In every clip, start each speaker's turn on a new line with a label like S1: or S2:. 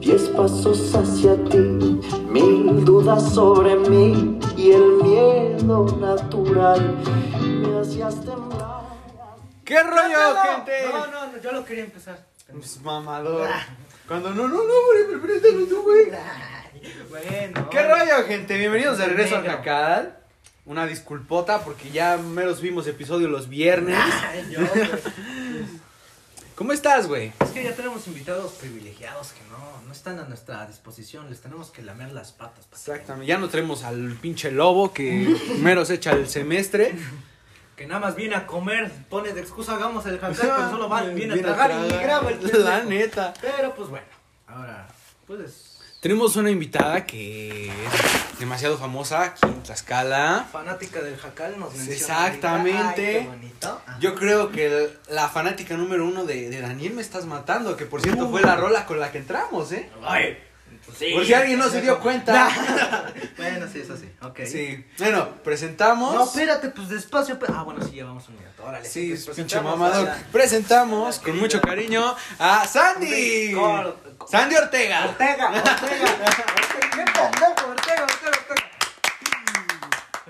S1: Diez pasos hacia ti, mil dudas sobre mí y el miedo natural me hacías temblar.
S2: ¿Qué rollo, gente?
S3: No, Ah. no, no, yo lo quería empezar.
S2: Pues, mamador. Cuando no, no, no, güey, pero préstalo tú, güey.
S3: Ah. Bueno.
S2: ¿Qué rollo, gente? Bienvenidos de regreso al
S3: Negro.
S2: Jacal. Una disculpota porque ya mero subimos episodio los viernes.
S3: Ay, yo, güey.
S2: ¿Cómo estás, güey?
S3: es que ya tenemos invitados privilegiados que no, no están a nuestra disposición. Les tenemos que lamer las patas. para que-
S2: Exactamente. Ya nos traemos al pinche lobo que mero se echa el semestre.
S3: Que nada más viene a comer, pone de excusa, hagamos el cantar, pero solo va, viene, a tragar y graba el pendejo.
S2: La neta.
S3: Pero pues bueno, ahora, pues
S2: Tenemos una invitada que es demasiado famosa aquí en Tlaxcala.
S3: fanática del jacal nos menciona.
S2: Exactamente.
S3: ahorita. Ay, qué bonito. Ah, Ajá.
S2: Yo creo que el- la fanática número uno de, de Daniel me estás matando, que por cierto fue la
S3: Uh.
S2: rola con la que entramos, ¿eh?
S3: Ay, pues sí.
S2: Por si alguien no se dio cuenta.
S3: Bueno, sí, eso sí, ok.
S2: Sí. Bueno, presentamos.
S3: No, espérate, pues despacio. pe- Ah, bueno, sí, ya vamos un minuto. Órale.
S2: Sí,
S3: pues,
S2: pinche
S3: presentamos
S2: mamador.
S3: a la-
S2: Presentamos
S3: a
S2: con
S3: la querida-
S2: mucho cariño a Sandy.
S3: Cor- Cor-
S2: Sandy Ortega.
S3: Ortega, Ortega. Ortega, qué pendejo, Ortega, Ortega, Ortega.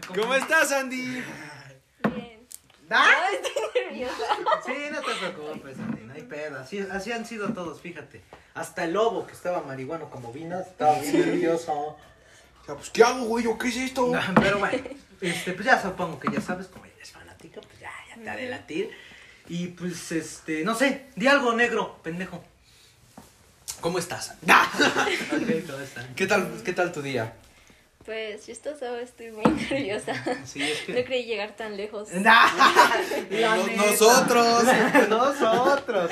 S2: ¿Cómo estás, Sandy?
S4: Bien.
S3: ¿Da?
S4: Ay, estoy nerviosa.
S3: Sí, no te preocupes, Andy, no hay pedo. Así, así han sido todos, fíjate. Hasta el lobo que estaba marihuano como vino, estaba bien nervioso.
S2: Ya, pues, ¿qué hago, güey? ¿O ¿Qué es esto?
S3: No, pero bueno, este, pues ya supongo que ya sabes, como eres fanática, pues ya, ya te ha de latir. Y pues, este, no sé, di algo negro, pendejo.
S2: ¿Cómo estás?
S3: Ok, todo está.
S2: ¿Qué tal, qué tal tu día?
S4: Pues yo esta sábado estoy muy nerviosa.
S3: Sí, es que-
S4: No creí llegar tan lejos.
S3: La
S2: Nos-
S3: neta.
S2: nosotros.
S3: nosotros.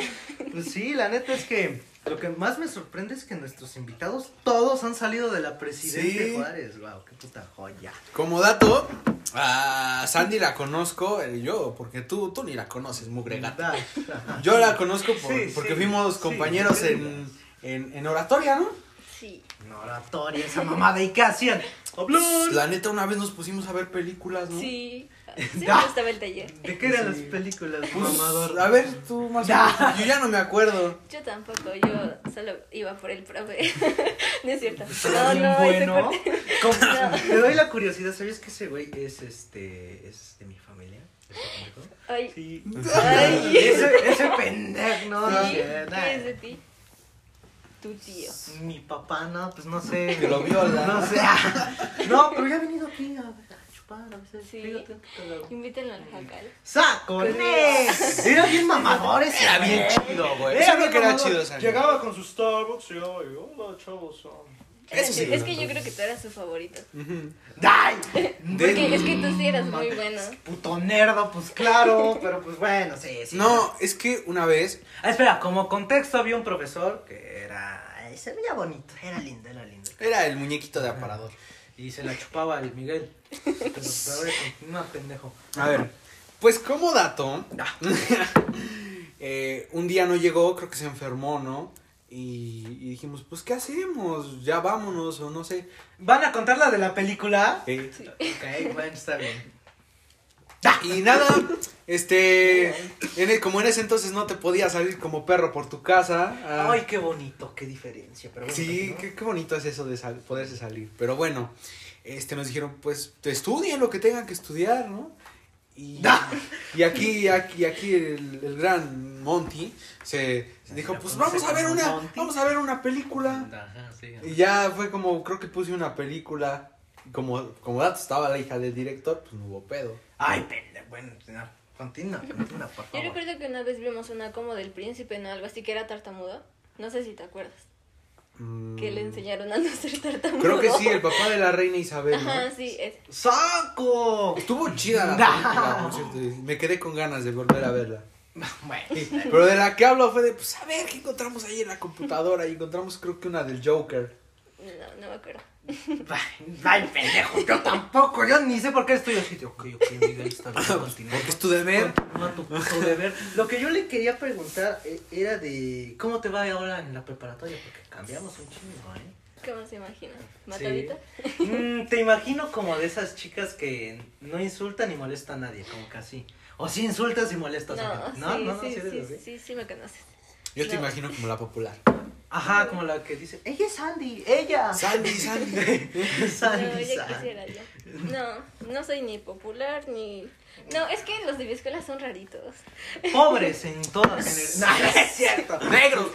S3: Pues sí, la neta es que lo que más me sorprende es que nuestros invitados todos han salido de la Presidente
S2: Sí.
S3: Juárez. Wow, qué puta joya.
S2: Como dato, a Sandy la conozco eh, yo, porque tú, tú ni la conoces, mugre gata.
S3: Da, da.
S2: Yo la conozco por-
S3: Sí,
S2: porque
S3: sí,
S2: fuimos
S3: sí,
S2: compañeros
S3: sí.
S2: en, en, en oratoria, ¿no?
S4: Sí.
S3: En oratoria esa mamada y qué hacían? ¡Oblón!
S2: La neta, una vez nos pusimos a ver películas, ¿no?
S4: Sí. Sí
S3: Da.
S4: me gustaba el taller.
S3: ¿De qué eran
S2: Sí.
S3: las películas,
S2: Pues,
S3: mamador?
S2: a ver, tú más o
S3: Ya.
S2: menos. Yo ya no me acuerdo.
S4: Yo tampoco, yo solo iba por el profe. no es cierto.
S3: Era
S4: No,
S3: bien
S4: no, ese
S3: bueno.
S4: corte.
S3: Como-
S4: No.
S3: Me doy la curiosidad, ¿sabes que ese güey es este es de mi familia?
S4: Ay,
S3: Sí.
S4: Ay.
S3: Ese, ese pendejo, no, no,
S4: ¿sí? ¿Qué es de
S3: no.
S4: ti? Tu tío.
S3: Mi papá, no, pues no sé.
S2: Que lo viola.
S3: No sé. No, pero ya ha venido aquí a, a chupar, a veces.
S4: Sí.
S3: Fíjate. que lo-
S4: Invítenlo al jacal.
S3: ¡Sacones! Era bien mamador ese.
S2: Era bien
S3: güey.
S2: chido, güey.
S3: Era
S2: Siempre
S3: bien
S2: que era
S3: mamador.
S2: chido, Sandy.
S5: Llegaba con su Starbucks y llegaba y hola chavos. ah".
S2: Eso sí.
S4: es que yo creo que tú eras su favorito.
S2: Ujú.
S3: ¡Ay!
S4: Porque es que tú sí eras muy bueno.
S3: Puto nerdo, pues claro, pero pues bueno, sí, sí.
S2: No, es que una vez.
S3: Ah, espera, como contexto había un profesor que era. ay, se veía bonito, era lindo, era lindo.
S2: Era el muñequito de aparador.
S3: Y se la chupaba el Miguel. Pero pues, ahora continúa, pendejo.
S2: A ver, pues como dato, eh, un día no llegó, creo que se enfermó, ¿no? Y, y dijimos, pues, ¿qué hacemos? Ya vámonos, o no sé.
S3: ¿Van a contar la de la película?
S2: Eh,
S3: Ok, bueno, está bien.
S2: Y nada, este, en el- como en ese entonces no te podías salir como perro por tu casa. ah,
S3: Ay, qué bonito, qué diferencia. Pero bueno, pues,
S2: sí,
S3: continúa.
S2: qué, qué bonito es eso de sal- poderse salir. Pero bueno, este, nos dijeron, pues, te estudien lo que tengan que estudiar, ¿no? Y, y aquí, aquí, aquí el, el gran Monty se, se dijo, pues vamos a ver una, vamos a ver una película.
S3: Ajá, sí.
S2: Y ya fue como, creo que puse una película. Y Como, como dato estaba la hija del director, pues no hubo pedo.
S3: Ay, pendejo, bueno, no, continúa, continúa, por
S4: Yo
S3: favor.
S4: recuerdo que una vez vimos una como del príncipe, ¿no? Algo así que era tartamudo. No sé si te acuerdas.
S2: Mm.
S4: Que le enseñaron a no ser tartamudo.
S2: Creo que sí, el papá de la reina Isabel. ¿no?
S4: Ajá, sí, es.
S3: ¡Saco!
S2: Estuvo chida la película, por cierto, y Me quedé con ganas de volver a verla.
S3: Bueno,
S2: Sí, Pero de la que hablo fue de, pues a ver, ¿qué encontramos ahí en la computadora? Y encontramos creo que una del Joker.
S4: No, no me acuerdo.
S3: ay, ay, pendejo, yo tampoco, yo ni sé por qué estoy así. de, Ok, ok, Miguel, está bien, continúa.
S2: Porque es tu deber.
S3: Continúa tu puto deber. Lo que yo le quería preguntar eh, era de cómo te va ahora en la preparatoria, porque cambiamos un chingo, ¿eh?
S4: ¿Cómo se imagina? ¿Matadita?
S3: Sí. Mm, te imagino como de esas chicas que no insultan ni molestan a nadie, como que así. O sí insultas y molestas a gente.
S4: No, sí,
S3: no, no,
S4: sí,
S3: sí,
S4: sí,
S3: eres
S4: sí,
S3: así.
S4: sí, sí me conoces.
S2: Yo te
S4: No.
S2: imagino como la popular.
S3: Ajá, como la que dice, ella es Sandy, ella.
S2: Sandy, Sandy.
S4: No,
S3: Sandy,
S4: ya
S3: Sandy.
S4: quisiera yo. No, no soy ni popular ni. No, es que los de mi escuela son raritos.
S3: Pobres en todas. No, no es cierto.
S2: Negro.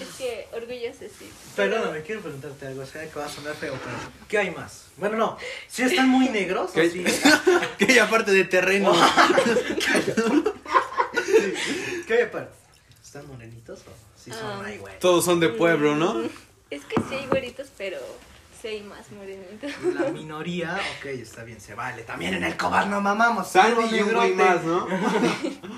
S4: Es que orgullo sí.
S3: Perdóname, quiero preguntarte algo, sé que va a sonar feo, pero ¿qué hay más? Bueno, no, si están muy negros, Ah,
S2: Que-
S3: así,
S2: que hay aparte de terreno.
S3: ¿qué hay aparte? ¿Están morenitos o sí son?
S4: Ah.
S3: Ay, güey.
S2: Todos son de pueblo, ¿no?
S4: Es que sí hay güeritos, pero sí hay más morenitos.
S3: La minoría, ok, está bien, se vale. También en el cobar no mamamos.
S2: Sandy
S3: puro
S2: y un güey
S3: negrote.
S2: más, ¿no?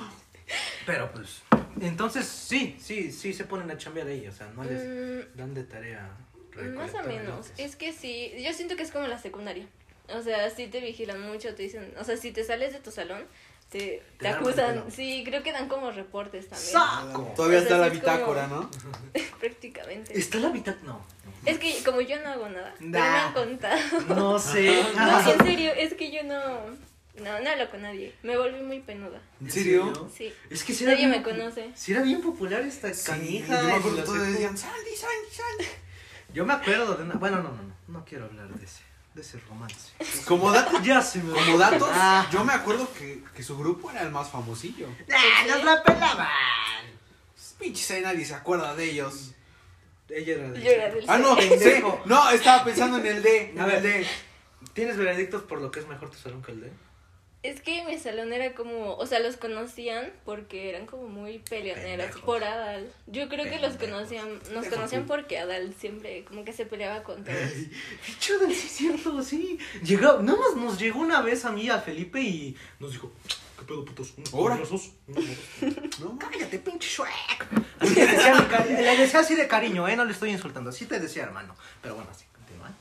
S3: Pero pues, entonces sí, sí, sí se ponen a chambear ahí, o sea, no les
S4: Mm,
S3: dan de tarea.
S4: Más o
S3: recolectar
S4: menos.
S3: elotes.
S4: Es que sí, yo siento que es como la secundaria. O sea, sí te vigilan mucho, te dicen, o sea, si te sales de tu salón, te, te
S3: dan
S4: acusan.
S3: pelo.
S4: Sí, creo que dan como reportes también.
S3: ¡Saco!
S2: Todavía
S4: O sea,
S2: está la
S4: sí Pues es como-
S2: bitácora, ¿no?
S4: Prácticamente.
S3: ¿Está la mitad? No.
S4: Es que como yo no hago nada, pero me
S3: Nah.
S4: han contado.
S3: No sé. Ah.
S4: No, sí, en serio, es que yo no, no, no hablo con nadie. Me volví muy penuda.
S2: ¿En serio?
S4: Sí.
S3: Es que si era
S4: Nadie
S3: bien,
S4: me conoce.
S3: si era bien popular esta
S2: Sí,
S3: canija.
S2: yo me
S3: en
S2: acuerdo
S3: la
S2: todos
S3: secu-
S2: decían, Sandy, Sandy, Sandy.
S3: Yo me acuerdo de una. Bueno, no, no, no. No quiero hablar de ese, de ese romance.
S2: Como dato,
S3: Ya se me
S2: Como datos,
S3: Ah.
S2: yo me acuerdo que, que su grupo era el más famosillo.
S3: ¡Ah, nos la pelaban!
S2: Pinches, ahí nadie se acuerda de ellos.
S3: Ella era de.
S4: Yo era del
S2: Ah, no, sí,
S3: Pendejo.
S2: no, estaba pensando en el D, en
S3: A
S2: el
S3: ver.
S2: D.
S3: ¿Tienes veredictos por lo que es mejor tu salón que el de?
S4: Es que mi salón era como, o sea, los conocían porque eran como muy peleoneros
S3: Pendejos.
S4: por Adal. Yo creo que los
S3: Pendejos.
S4: conocían, nos
S2: Deja
S4: conocían
S2: tú.
S4: porque Adal siempre como que se peleaba con todos.
S3: Picho del sí, cierto, sí. Llegó, nada más nos llegó una vez a mí y a Felipe y nos dijo, ¿qué pedo, putos?
S2: Ahora.
S3: brazos?
S2: No,
S3: Cállate, pinche sueco. Así le decía, mi cari- le decía así de cariño, ¿eh? No le estoy insultando. Así te decía, hermano. Pero bueno, así, continúa.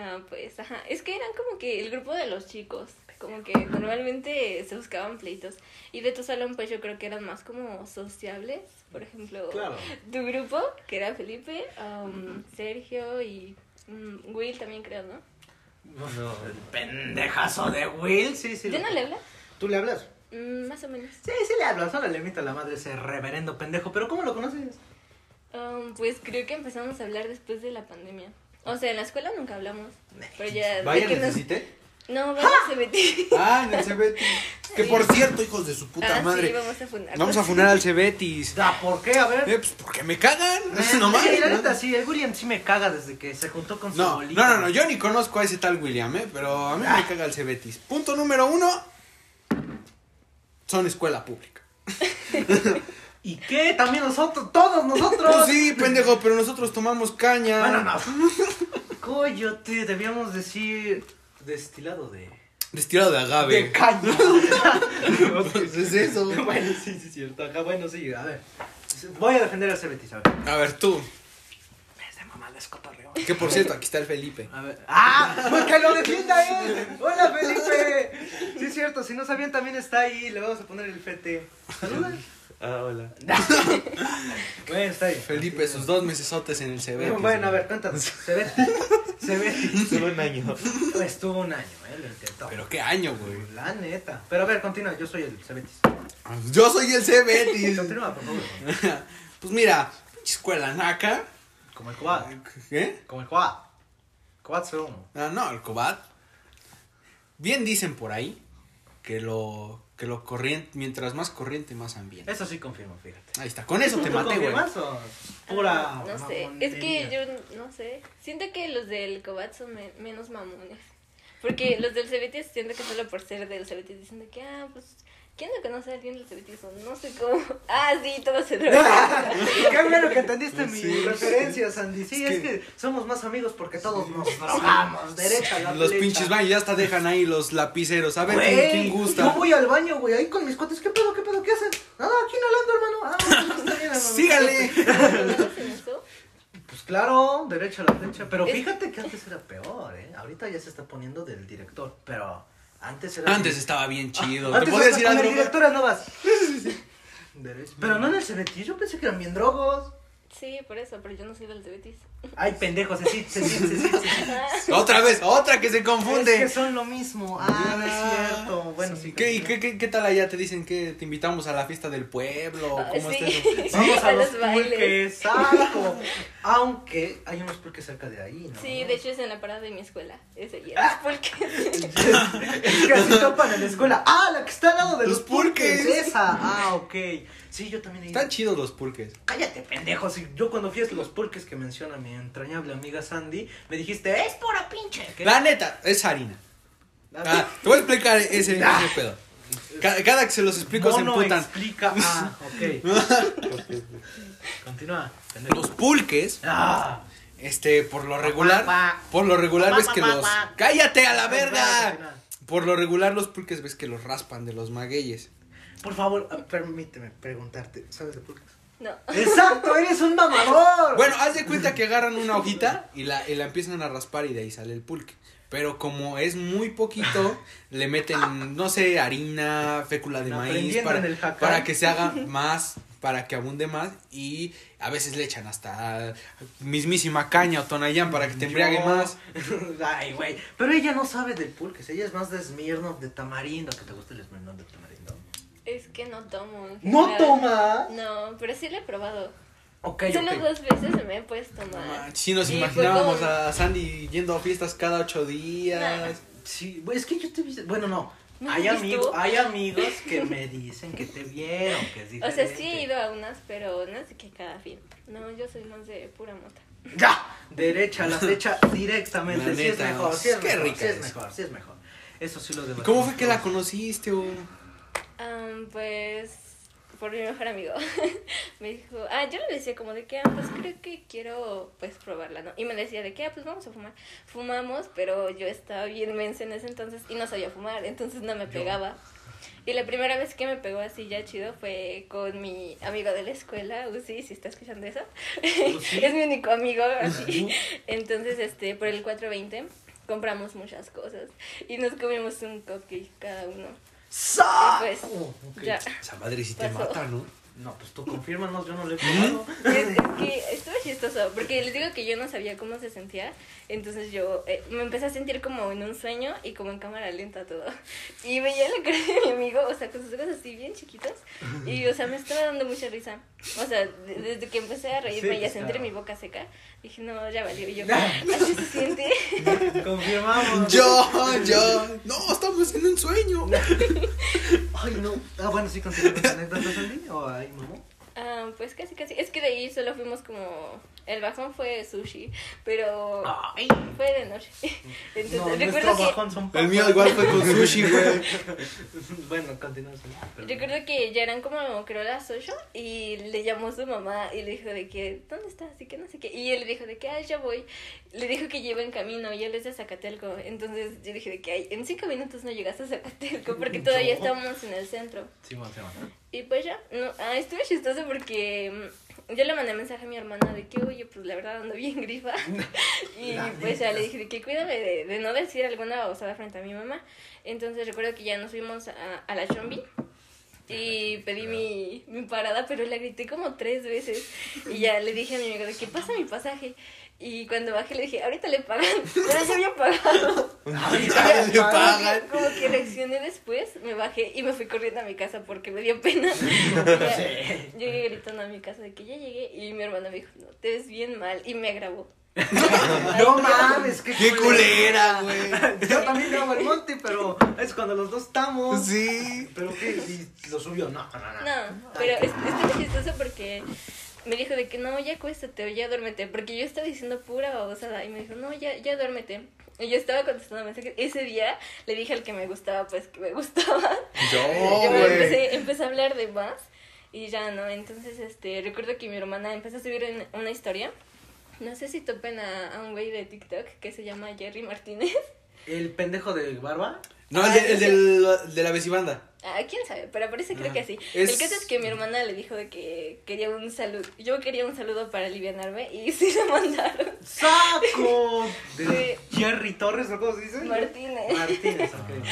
S4: Ah, pues, ajá. Es que eran como que el grupo de los chicos. Como que normalmente se buscaban pleitos. Y de tu salón, pues yo creo que eran más como sociables. Por ejemplo, tu grupo, que era Felipe, um, Sergio y mm, Will también creo, ¿no?
S3: El pendejazo de Will, sí, sí.
S4: ¿Yo no le habla?
S3: ¿Tú le hablas?
S4: Mm, más o menos.
S3: Sí, sí le hablas. Ahora le invito a la madre ese reverendo pendejo. ¿Pero cómo lo conoces?
S4: Um, pues creo que empezamos a hablar después de la pandemia. O sea, en la escuela nunca hablamos. Pero
S3: Eh,
S4: ya. de
S2: vaya,
S4: que nos-
S2: necesité.
S4: No, vaya, se metió.
S2: Ah, en el Cebetis. Que por cierto, hijos de su puta
S4: ah, sí,
S2: madre.
S4: vamos a fundar.
S2: Vamos a funar al Cebetis.
S3: Da, ¿por qué? A ver.
S2: Eh, pues porque me cagan. No
S3: Ah, sí,
S2: mames,
S3: la
S2: ¿no?
S3: neta, sí. El William sí me caga desde que se juntó con su
S2: No,
S3: bolita.
S2: no, no, no, yo ni conozco a ese tal William, ¿eh? pero a mí
S3: Ah.
S2: me caga el Cebetis. Punto número uno, son escuela pública.
S3: ¿Y qué? También nosotros, todos nosotros.
S2: Pues sí, pendejo, pero nosotros tomamos caña.
S3: Bueno, no. Coyote, debíamos decir destilado de.
S2: Destilado de agave.
S3: caña.
S2: Pues es eso.
S3: bueno, sí, sí, es cierto. Acá, bueno, sí, a ver. Voy a defender al Cebetis, a ver.
S2: A ver, tú.
S3: Es de mamá, es cotorreo.
S2: Que por cierto, aquí está el Felipe.
S3: A ver. ¡Ah! ¡Pues que lo defienda él! ¡Hola, Felipe! Sí, es cierto, si no sabían, también está ahí. Le vamos a poner el fete. Saluda.
S5: Ah, hola.
S3: Bueno, está bien.
S2: Felipe, sus dos mesesotes en el Cebetis.
S3: Bueno, a ver, cuéntanos. Cebetis. Cebetis.
S5: Solo un año.
S3: Estuvo un año, ¿eh? Lo intentó.
S2: Pero qué año, güey.
S3: La neta. Pero a ver, continúa, yo soy el Cebetis.
S2: Yo soy el Cebetis.
S3: Continúa, por favor.
S2: pues mira, pinche escuela naca.
S3: Como el Coad.
S2: ¿Eh?
S3: Como el Coad. Coad C1.
S2: Ah, no, el Cobat. Bien dicen por ahí que lo, que lo corriente, mientras más corriente, más ambiente.
S3: Eso sí confirmo, fíjate.
S2: Ahí está, con eso te
S3: ¿Tú
S2: maté, güey.
S3: confirmas o Pura.
S4: Ah, No sé, es que yo no sé. Siento que los del Cobat son me- menos mamones. Porque los del Cebetis siento que solo por ser del Cebetis dicen de que, ah, pues, ¿quién no conoce a alguien del Cebetis? O no sé cómo. Ah, sí, todos se drogan.
S3: Qué bueno que entendiste
S2: Sí,
S3: mi
S2: sí.
S3: referencia, Sandy. Sí,
S2: Es
S3: es,
S2: que-
S3: que... somos más amigos porque todos nos drogamos. Derecha, a la
S2: Los
S3: flecha.
S2: pinches baños ya hasta dejan ahí los lapiceros. A ver
S3: Güey,
S2: quién, quién gusta.
S3: Yo voy al baño, güey, ahí con mis cuates. ¿Qué pedo, qué pedo, qué hacen? Nada, aquí no hablando, hermano. Ah, está bien, hermano.
S2: Sígale.
S4: ¿Conocen eso?
S3: Pues claro, derecha a la flecha. Pero
S4: Es-
S3: fíjate que antes era peor, ¿eh? Ahorita ya se está poniendo del director. Pero antes era.
S2: Antes estaba bien chido.
S3: Ah, Antes
S2: te podías
S3: hasta
S2: ir a
S3: con el
S2: drogar.
S3: director no vas. Derecha. Pero no en el Cebetis, yo pensé que eran bien drogos.
S4: Sí, por eso, pero yo no soy del de Betis.
S3: Ay, pendejo, se sí, se sí, se sí, se sí.
S2: Otra vez, otra que se
S3: Es
S2: confunde.
S3: que son lo mismo. Ah, no es cierto. Bueno, sí.
S2: ¿Qué, y qué, qué, qué tal allá? ¿Te dicen que te invitamos a la fiesta del pueblo?
S4: Ah,
S2: ¿Cómo
S4: sí.
S2: está eso?
S3: Vamos a,
S4: A
S3: los
S4: los bailes.
S3: pulques, saco. Aunque hay unos pulques cerca de ahí, ¿no? Ah.
S4: Sí, de hecho es en la parada de mi escuela. Es ahí. es Porque
S3: Es que así topan en la escuela. Ah, la que está al lado de
S2: Los
S3: los, pulques.
S2: pulques.
S3: Esa. Ah, ok. Sí, yo también he ido.
S2: Están chidos los pulques.
S3: Cállate, pendejo. Si yo cuando fui a los pulques que menciona mi entrañable amiga Sandy, me dijiste, es pura pinche. ¿Qué?
S2: La neta, es harina. Ah,
S3: Ah,
S2: te voy a explicar ese, ese pedo. Ca- Cada, que se los explico se
S3: mono
S2: emputan.
S3: explica. Ah, ok. Continúa. pendejo.
S2: Los pulques,
S3: Ah.
S2: este, por lo regular,
S3: pa.
S2: por lo regular
S3: Pa,
S2: ves
S3: pa,
S2: que
S3: pa,
S2: los...
S3: pa.
S2: ¡Cállate a la
S3: Ah,
S2: verga!
S3: continúa.
S2: Por lo regular los pulques ves que los raspan de los magueyes.
S3: Por favor, ah, permíteme preguntarte. ¿Sabes de pulques?
S4: no.
S3: ¡Exacto! ¡Eres un mamador!
S2: Bueno, haz de cuenta que agarran una hojita y la, y la empiezan a raspar y de ahí sale el pulque. Pero como es muy poquito, le meten, no sé, harina, fécula de maíz,
S3: Aprendiendo
S2: para,
S3: en el jacal.
S2: para que se haga más, para que abunde más. Y a veces le echan hasta mismísima caña o tonayán para que te embriague
S3: Yo-
S2: más.
S3: Ay, güey. Pero ella no sabe del pulques. Ella es más de Smirnoff, de tamarindo. ¿Que te gusta el Smirnoff de tamarindo?
S4: Es que no tomo. en
S3: ¡No
S4: general.
S3: toma!
S4: No, pero sí lo he probado.
S3: Ok,
S4: Solo
S3: ok.
S4: dos veces me he puesto mal.
S2: Si nos
S4: Y fue
S2: imaginábamos
S4: con-
S2: a Sandy yendo a fiestas cada ocho días.
S3: Sí, güey, es que yo te vi. Bueno, no.
S4: ¿No
S3: Hay,
S4: has
S3: amigos-
S4: visto?
S3: hay amigos que me dicen que te vieron, que es
S4: O
S3: diferente.
S4: sea, sí he ido a unas, pero no sé qué cada fin. No, yo soy más de pura mota.
S3: ¡Ya! Derecha, a la flecha, directamente.
S2: La
S3: sí
S2: neta,
S3: es mejor, sí es
S2: qué
S3: mejor,
S2: rica
S3: sí es
S2: es.
S3: mejor, sí es mejor. Eso sí lo debo
S2: ¿Cómo fue que la conociste? o?
S4: Am, pues por mi mejor amigo. me dijo, ah, yo le decía como de que, ah, pues creo que quiero pues probarla, ¿no? Y me decía de que, ah, pues vamos a fumar. Fumamos, pero yo estaba bien mensa en ese entonces y no sabía fumar, entonces no me pegaba. Y la primera vez que me pegó así ya chido fue con mi amigo de la escuela, Uzi, si está escuchando eso.
S3: Uzi.
S4: es mi único amigo, así. Entonces, este, por el 420 compramos muchas cosas y nos comimos un cupcake cada uno.
S3: ¡Sa!
S4: Pues,
S3: Oh, ok.
S4: Ya.
S2: Esa madre sí te
S4: Pasó.
S2: mata, ¿no?
S3: No, pues tú confírmanos, yo no le he
S2: ¿Mm?
S3: probado.
S4: Es, es que estuvo chistoso, porque les digo que yo no sabía cómo se sentía, entonces yo eh, me empecé a sentir como en un sueño y como en cámara lenta todo. Y veía la cara de mi amigo, o sea, con sus ojos así bien chiquitos, y o sea, me estaba dando mucha risa. O sea, de- desde que empecé a reírme
S3: Sí,
S4: y a
S3: pues,
S4: sentir
S3: claro.
S4: mi boca seca, dije, no, ya valió. Y yo, así se siente.
S3: Confirmamos.
S2: Yo, yo. No, estamos en un sueño.
S3: Ay, no. Ah, bueno, sí, continúa con tu anécdota, Sandy. O ay, mamá.
S4: Ah, pues casi, casi. Es que de ahí solo fuimos como. El bajón fue sushi, pero
S3: Ay.
S4: fue de noche. Entonces,
S3: Ah. No,
S4: recuerdo
S3: nuestro
S4: que.
S3: bajón son
S2: El mío igual fue con sushi, güey.
S3: Bueno, continúa, Sandy. perdón.
S4: Recuerdo que ya eran como, creo, las 8 y le llamó su mamá y le dijo de que, ¿dónde estás? Y que no sé qué. Y él le dijo de que, ah, ya voy. Le dijo que lleva en camino y él es de Zacatelco. Entonces yo dije de que, ay, en cinco minutos no llegaste a Zacatelco porque todavía
S3: No.
S4: estábamos en el centro.
S3: Sí, bueno, sí, bueno.
S4: Y pues ya, no, ah, estuve chistoso porque mm, yo le mandé mensaje a mi hermana de que, oye, pues la verdad ando bien grifa. y
S3: La
S4: pues ya
S3: neta.
S4: le dije de que cuídame de, de no decir alguna babosada frente a mi mamá. Entonces recuerdo que ya nos fuimos a, a la chombi. Y pedí mi, mi parada, pero la grité como tres veces. Y ya le dije a mi amigo de que pasa mi pasaje. Y cuando bajé le dije, ahorita le pagan. Pero ya había pagado.
S2: Ya le pagan.
S4: Como que, como que reaccioné después, me bajé y me fui corriendo a mi casa porque me dio pena. Ya, Llegué gritando a mi casa de que ya llegué y mi hermana me dijo, no, te ves bien mal y me grabó.
S3: No mames, qué,
S2: ¡Qué culera, güey!
S3: Yo también grabo el monte, pero es cuando los dos estamos.
S2: Sí.
S3: Pero que y lo subió, no, no, no.
S4: No, pero es- estuvo chistoso porque me dijo de que no, ya acuéstate o ya duérmete, porque yo estaba diciendo pura babosada y me dijo, no, ya, ya duérmete. Y yo estaba contestando mensajes. Ese día le dije al que me gustaba, pues que me gustaba.
S2: Yo,
S4: Yo me
S2: Oh, güey.
S4: empecé, empecé a hablar de más y ya no. Entonces, este, recuerdo que mi hermana empezó a subir en- una historia. No sé si topen a, a un güey de TikTok que se llama Jerry Martínez.
S3: El pendejo de barba.
S2: No, el, de, el del- de la vecibanda.
S4: Ah, quién sabe, pero parece creo
S2: Ah,
S4: que así.
S2: es-
S4: El caso es que mi hermana le dijo de que quería un saludo. Yo quería un saludo para alivianarme y sí le mandaron
S3: ¡Saco! De Jerry Torres, ¿o cómo se dice?
S4: Martínez.
S3: Martínez, ok.
S4: Pero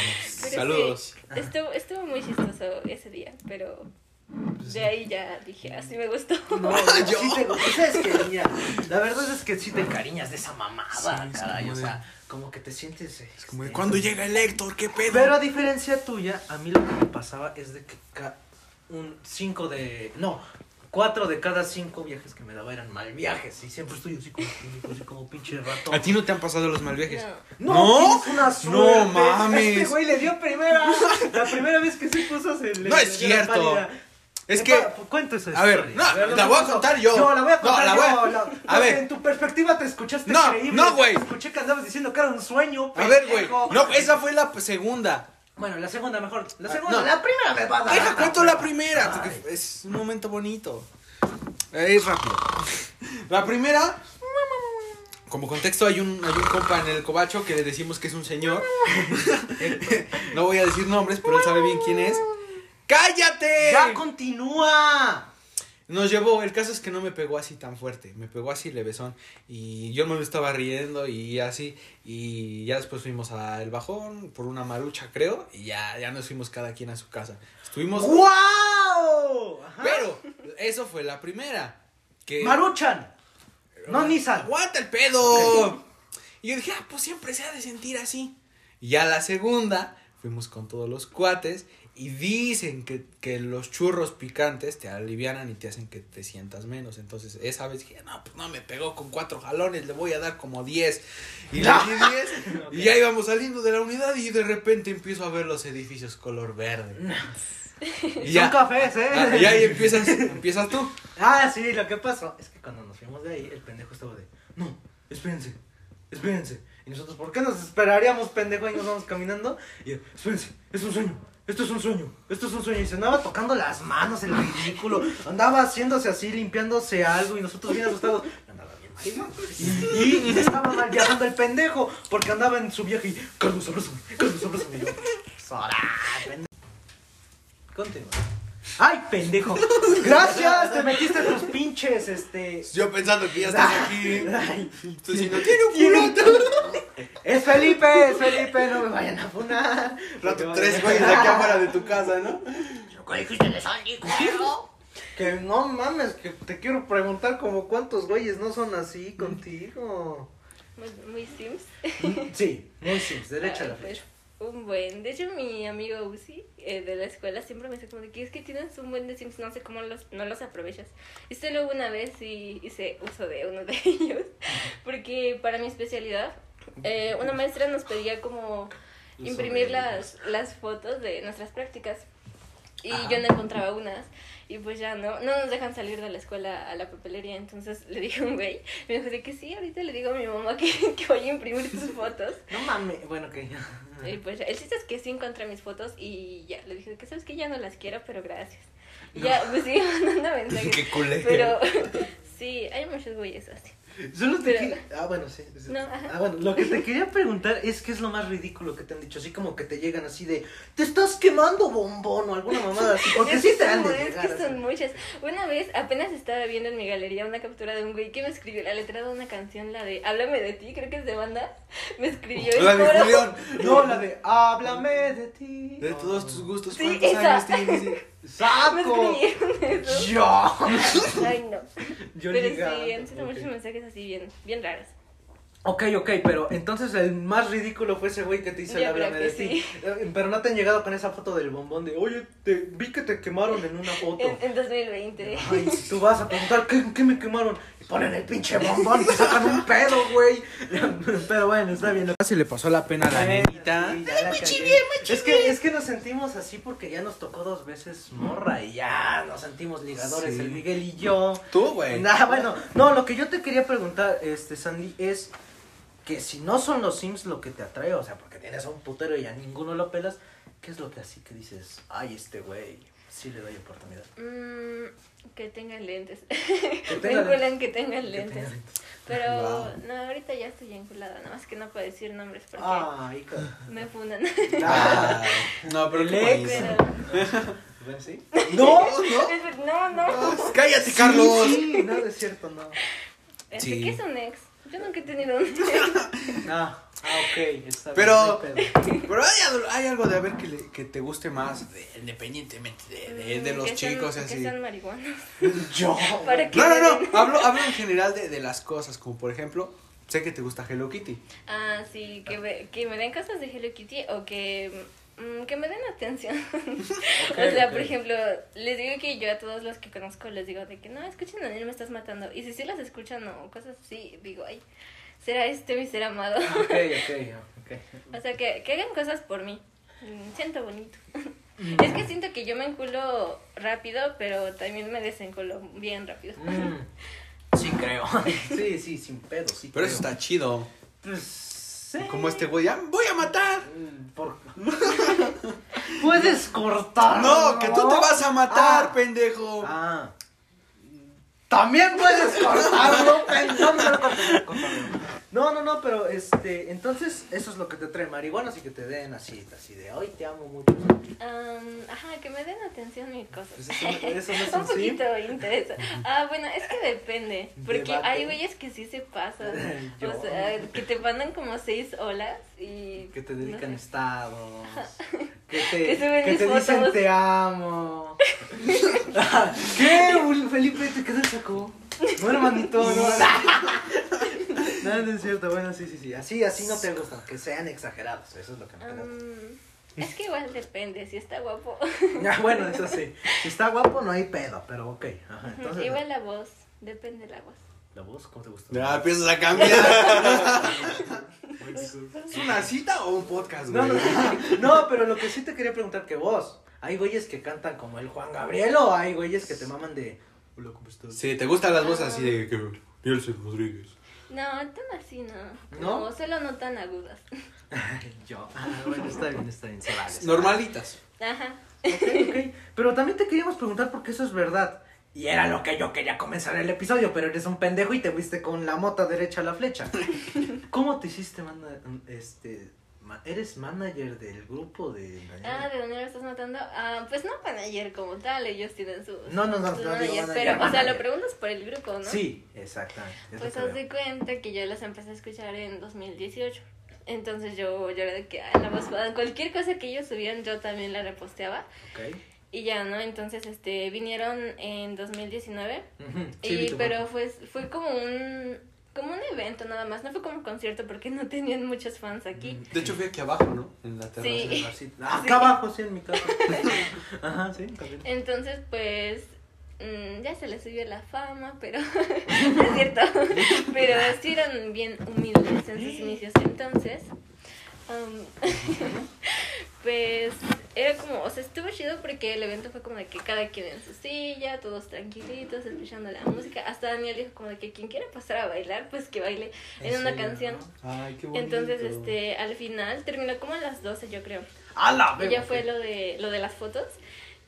S4: sí,
S2: Saludos.
S4: estuvo, estuvo muy chistoso ese día, pero
S2: Pues,
S4: De ahí ya dije, así me gustó.
S3: No, no, sí te- pues, ¿sabes qué, niña? La verdad es que sí te encariñas de esa mamada,
S2: Sí, es
S3: caray.
S2: como
S3: O
S2: de-
S3: sea, como que te sientes.
S2: es como de,
S3: este,
S2: ¿cuándo llega el Héctor? ¿Qué pedo?
S3: Pero a diferencia tuya, a mí lo que me pasaba es de que ca- un 5 de. No, 4 de cada 5 viajes que me daba eran mal viajes. Y siempre estoy así como, así como pinche rato.
S2: ¿A ti no te han pasado los mal viajes?
S3: No, tienes una
S2: no
S3: suerte. Este
S2: mames.
S3: güey le dio primera. la primera vez que se puso se le
S2: No es
S3: dio la
S2: cierto.
S3: pálida.
S2: Es
S3: Eh,
S2: que-
S3: pa- Cuento esa
S2: A ver,
S3: historia.
S2: no,
S3: lo
S2: la
S3: que
S2: voy a
S3: pasó.
S2: contar yo.
S3: No, la voy a
S2: No,
S3: contar
S2: la
S3: yo.
S2: voy a-
S3: la-
S2: a
S3: porque
S2: ver.
S3: En tu perspectiva te escuchaste
S2: No,
S3: increíble.
S2: no, güey.
S3: Escuché que andabas diciendo que era un sueño.
S2: A ver, güey.
S3: pendejo.
S2: No, esa fue la segunda.
S3: Bueno, la segunda mejor. La
S2: Ah,
S3: segunda,
S2: no.
S3: la primera me va a dar.
S2: Deja, cuento la primera,
S3: Ah, Ay.
S2: porque es un momento bonito. Eh, Es rápido. La primera, como contexto, hay un, hay un compa en el cobacho que le decimos que es un señor. No voy a decir nombres, pero él sabe bien quién es. ¡Cállate!
S3: Ya continúa.
S2: Nos llevó, el caso es que no me pegó así tan fuerte, me pegó así levesón y yo me lo estaba riendo y así y ya después fuimos al bajón por una marucha creo y ya, ya nos fuimos cada quien a su casa. Estuvimos...
S3: ¡Wow!
S2: Pero eh, eso fue la primera. Que...
S3: Maruchan. No, Nissan.
S2: ¡Aguanta el pedo! Y yo dije, ah, pues siempre se ha de sentir así. Y ya la segunda, fuimos con todos los cuates y dicen que, que los churros picantes te alivianan y te hacen que te sientas menos. Entonces, esa vez dije, no, pues no me pegó con cuatro jalones, le voy a dar como diez. Y le di diez. Y ya íbamos saliendo de la unidad y de repente empiezo a ver los edificios color verde. Y
S3: Son cafés, ¿eh?
S2: Ah, y ahí empiezas, empiezas tú.
S3: Ah, sí, lo que pasó es que cuando nos fuimos de ahí, el pendejo estaba de, no, espérense, espérense. Y nosotros, ¿por qué nos esperaríamos, pendejo? Y nos vamos caminando. Y él, espérense, es un sueño, esto es un sueño, esto es un sueño. Y se andaba tocando las manos, el ridículo. Andaba haciéndose así, limpiándose algo. Y nosotros bien asustados. Andaba bien marino. Y, y se estaba mal viajando el pendejo. Porque andaba en su viaje y, Carlos, abrázame, Carlos, abrázame. Y yo, "Sora, pendejo". Continúa. ¡Ay, pendejo! ¡Gracias! Te metiste tus pinches, este...
S2: Yo pensando que ya estás aquí.
S3: Ay,
S2: Estoy diciendo, tiene
S3: Tiene un
S2: un culote.
S3: ¡Es Felipe! ¡Es Felipe! ¡No me vayan a funar!
S2: Rato, tres güeyes aquí afuera de tu casa, ¿no?
S3: Que no mames, que te quiero preguntar como cuántos güeyes no son así contigo.
S4: Muy, muy sims.
S3: Sí, muy sims, derecha a la
S4: Ah, pues,
S3: flecha.
S4: Un buen. De hecho, mi amigo Uzi eh, de la escuela siempre me dice como de que es que tienes un buen de Sims, no sé cómo los, no los aprovechas. Y solo una vez y hice uso de uno de ellos. Porque para mi especialidad, eh, una maestra nos pedía como imprimir las, las fotos de nuestras prácticas. Y yo no encontraba unas. Y pues ya no, no nos dejan salir de la escuela a la papelería. Entonces le dije a un güey, me dijo de que sí, ahorita le digo a mi mamá que, que voy a imprimir tus fotos.
S3: pues, No mames, bueno, que
S4: Y pues el chiste es que sí encontré mis fotos y ya le dije que sabes que ya no las quiero, pero gracias. Y ya pues, me sigue mandando
S3: Pues,
S4: mensajes.
S2: Qué culero.
S4: pero sí, hay muchos güeyes así.
S3: Solo te
S4: Pero-
S3: qui- Ah, bueno, sí. sí.
S4: No, ajá.
S3: ah, bueno, lo que te quería preguntar es qué es lo más ridículo que te han dicho. Así como que te llegan así de, te estás quemando bombón o alguna mamada así. Porque
S4: Es
S3: sí
S4: que
S3: te
S4: son-
S3: han de
S4: Es
S3: llegar
S4: que son
S3: así.
S4: muchas. Una vez apenas estaba viendo en mi galería una captura de un güey que me escribió la letra de una canción, la de Háblame de ti, creo que es de banda. Me escribió el
S2: La de
S4: coro.
S2: Julián.
S3: No, la de, háblame de ti.
S2: De todos tus gustos,
S4: Sí,
S2: ¿cuántos
S4: esa.
S2: años tienes?
S4: Me
S3: ¡Saco!
S4: escribieron eso.
S3: Yo.
S4: Ay, no.
S3: Yo
S4: pero
S3: ligando,
S4: sí, han sido
S3: ok.
S4: muchos mensajes así bien, bien raros.
S3: Ok, ok, pero entonces el más ridículo fue ese güey que te hizo el
S4: Yo creo
S3: háblame de
S4: que
S3: ti.
S4: sí.
S3: Eh, Pero no te han llegado con esa foto del bombón de, oye, te, vi que te quemaron en una
S4: En,
S3: foto.
S4: en 2020.
S3: Ay, tú vas a preguntar, ¿qué, qué me quemaron? Y ponen el pinche bombón y te sacan un pedo, güey. Pero bueno, está bien.
S2: Ah, Se le pasó la pena a la nenita.
S3: Sí, ya la cagué. Es que, es que nos sentimos así porque ya nos tocó dos veces morra y ya nos sentimos ligadores,
S2: Sí.
S3: el Miguel y yo.
S2: Tú, güey.
S3: Nah, bueno, no, lo que yo te quería preguntar, este, Sandy, es que si no son los Sims lo que te atrae, o sea, porque tienes a un putero y a ninguno lo pelas, ¿qué es lo que así que dices, ay, este güey, sí le doy oportunidad?
S4: Mm, que tengan lentes.
S3: tenga
S4: Me enculan que tengan
S3: Que
S4: lentes.
S3: tenga-
S4: Pero
S2: Wow.
S4: no, ahorita ya estoy enculada, nada más que no puedo decir nombres porque
S3: Ay, ca-
S4: me funan.
S2: Ah, no, pero qué
S3: Lex.
S2: país.
S4: Pero-
S3: ¿Ven, sí?
S2: No, no.
S4: no, no.
S2: Cállate, Carlos.
S3: Sí, sí, no, es cierto, no.
S4: Así
S2: Sí.
S4: que Este, es un ex. Yo nunca he tenido un ex.
S3: Ah, ah, ok. Está bien,
S2: Pero-
S3: no hay pedo.
S2: Pero hay, al- hay algo de a ver que, le- que te guste más, de- independientemente de, de- de los
S4: Mm, Que sean-
S2: chicos y
S4: Que
S2: así.
S4: sean marihuanos.
S3: Yo.
S4: Para que
S2: No, no,
S4: den-
S2: no, hablo, hablo en general de, de las cosas, como por ejemplo, sé que te gusta Hello Kitty.
S4: Ah, sí, que me, que me den cosas de Hello Kitty o que, mm, que me den atención. o sea, por ejemplo, les digo que yo a todos los que conozco les digo de que no, escuchen a Daniel, me estás matando. Y si sí las escuchan o cosas así, digo, ay, será este mi ser amado.
S2: Ah,
S3: Ok, ok, ok.
S4: o sea, que, que hagan cosas por mí. Mm, Siento bonito. es que siento que yo me enculo rápido, pero también me desenculo bien rápido.
S3: Mm, Sí, creo. Sí, sí, sin pedo, sí.
S2: Pero eso
S3: creo.
S2: está chido.
S3: Pues, sí.
S2: Como este güey, ya, voy a matar.
S3: Mm, Por... Puedes cortar.
S2: No, que tú te vas a matar,
S3: Ah.
S2: pendejo.
S3: Ah. También puedes cortarlo, pen- no, no, no, córtalo, córtalo. No, no, no, pero este, entonces eso es lo que te trae marihuana, así que te den así, así de hoy te amo mucho.
S4: Am, ajá, que me den atención y cosas.
S3: Pues eso no- eso no es
S4: un
S3: un sí.
S4: poquito interesante. Ah, bueno, es que depende. Porque
S3: Debate.
S4: hay güeyes que sí se pasan.
S3: Yo.
S4: O sea, que te mandan como seis olas y.
S3: Que te dedican
S4: no sé.
S3: estados. Que te,
S4: Que suben
S3: que
S4: mis
S3: te dicen
S4: fotos.
S3: te amo. ¿Qué? Ul- Felipe, ¿te quedas saco? No, hermanito, no. No, no es cierto, bueno, sí, sí, sí. Así, así no te gustan, que sean exagerados. Eso es lo que
S4: Ah,
S3: me gusta.
S4: Am, es que igual depende, si está guapo.
S3: Ah, bueno, eso sí. Si está guapo, no hay pedo, pero ok. Ajá, entonces.
S4: igual la voz, depende la voz.
S3: ¿La voz cómo te gusta?
S2: Ya empiezas a cambiar. ¿Es una cita o un podcast,
S3: No,
S2: güey?
S3: no, no, pero lo que sí te quería preguntar que vos. Hay güeyes que cantan como el Juan Gabriel o hay güeyes que te maman de. Hola, ¿cómo estás?
S2: Sí, te gustan las voces así
S3: Ah.
S2: de que. Nielsen Rodríguez.
S4: No, tan así no.
S3: ¿No?
S4: solo no tan agudas.
S3: Yo. Ah, bueno, está bien, está bien. Se vale. se
S2: Normalitas.
S4: Ajá.
S3: vale. Ok, ok. Pero también te queríamos preguntar porque eso es verdad. Y era lo que yo quería comenzar el episodio, pero eres un pendejo y te fuiste con la mota derecha a la flecha. ¿Cómo te hiciste, mana- este, ma- eres manager del grupo de...
S4: Ah, ¿de dónde lo estás matando? Ah, pues no manager como tal, ellos tienen sus.
S3: No, no, no,
S4: sus
S3: no digo manager,
S4: managers, pero, o sea,
S3: manager.
S4: lo preguntas por el grupo, ¿no?
S3: Sí, exactamente. es lo
S4: Pues
S3: que
S4: haz
S3: veo.
S4: de cuenta que yo las empecé a escuchar en 2018. Entonces yo, yo era de que, ay, la voz padre". cualquier cosa que ellos subían yo también la reposteaba.
S3: Ok.
S4: Y ya, ¿no? Entonces, este, vinieron en 2019.
S3: Ujú, sí, vi
S4: y,
S3: tu
S4: pero
S3: foto.
S4: fue, fue como un, como un evento nada más. No fue como un concierto porque no tenían muchos fans
S3: Mm.
S4: aquí.
S2: De hecho, fui aquí abajo, ¿no? En la terraza.
S4: Sí.
S3: Ah, sí. Ah,
S4: Sí. Eh,
S3: Acá abajo, sí, en mi casa. Ajá, sí, también.
S4: Entonces, pues, mm, ya se les subió la fama, pero no es cierto. pero sí eran bien humildes en sus inicios. Entonces, am, pues, era como, o sea, estuvo chido porque el evento fue como de que cada quien en su silla, todos tranquilitos, escuchando la música. Hasta Daniel dijo como de que quien quiera pasar a bailar, pues que baile en
S3: ¿En
S4: una
S3: serio?
S4: canción.
S2: Ay, qué bonito.
S4: Entonces, este, al final terminó como a las 12, yo creo.
S3: ¡A la
S4: Y
S3: verga!
S4: ya fue lo de, lo de las fotos.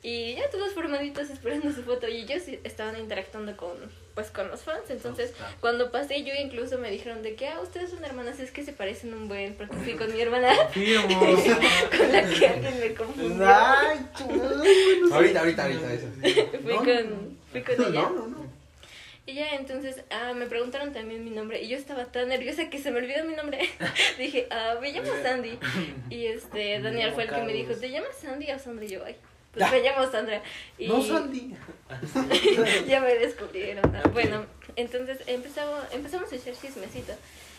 S4: Y ya todos formaditos esperando su foto. Y ellos estaban interactuando con, pues, con los fans. Entonces,
S3: Claro.
S4: cuando pasé, yo incluso me dijeron de que, ah, ustedes son hermanas, es que se parecen un buen. Porque fui con mi hermana,
S3: Confirmo.
S4: con la que alguien me confundió.
S3: Ay, chulo.
S2: Ahorita, ahorita, ahorita. eso.
S4: Fui,
S3: No,
S4: con, fui con ella.
S2: No, no, no.
S4: Y ya entonces ah, me preguntaron también mi nombre y yo estaba tan nerviosa que se me olvidó mi nombre. Dije, ah, me llamo Sandy. Y este,
S3: Me
S4: Daniel
S3: llamo
S4: fue el que me dijo,
S3: Carlos.
S4: ¿te llamas Sandy o Sandra? Y yo, ay, pues me llamo Sandra. Y
S3: No, Sandy.
S4: ya me descubrieron. Ah, Bueno, entonces empezamos, empezamos a echar chismecito.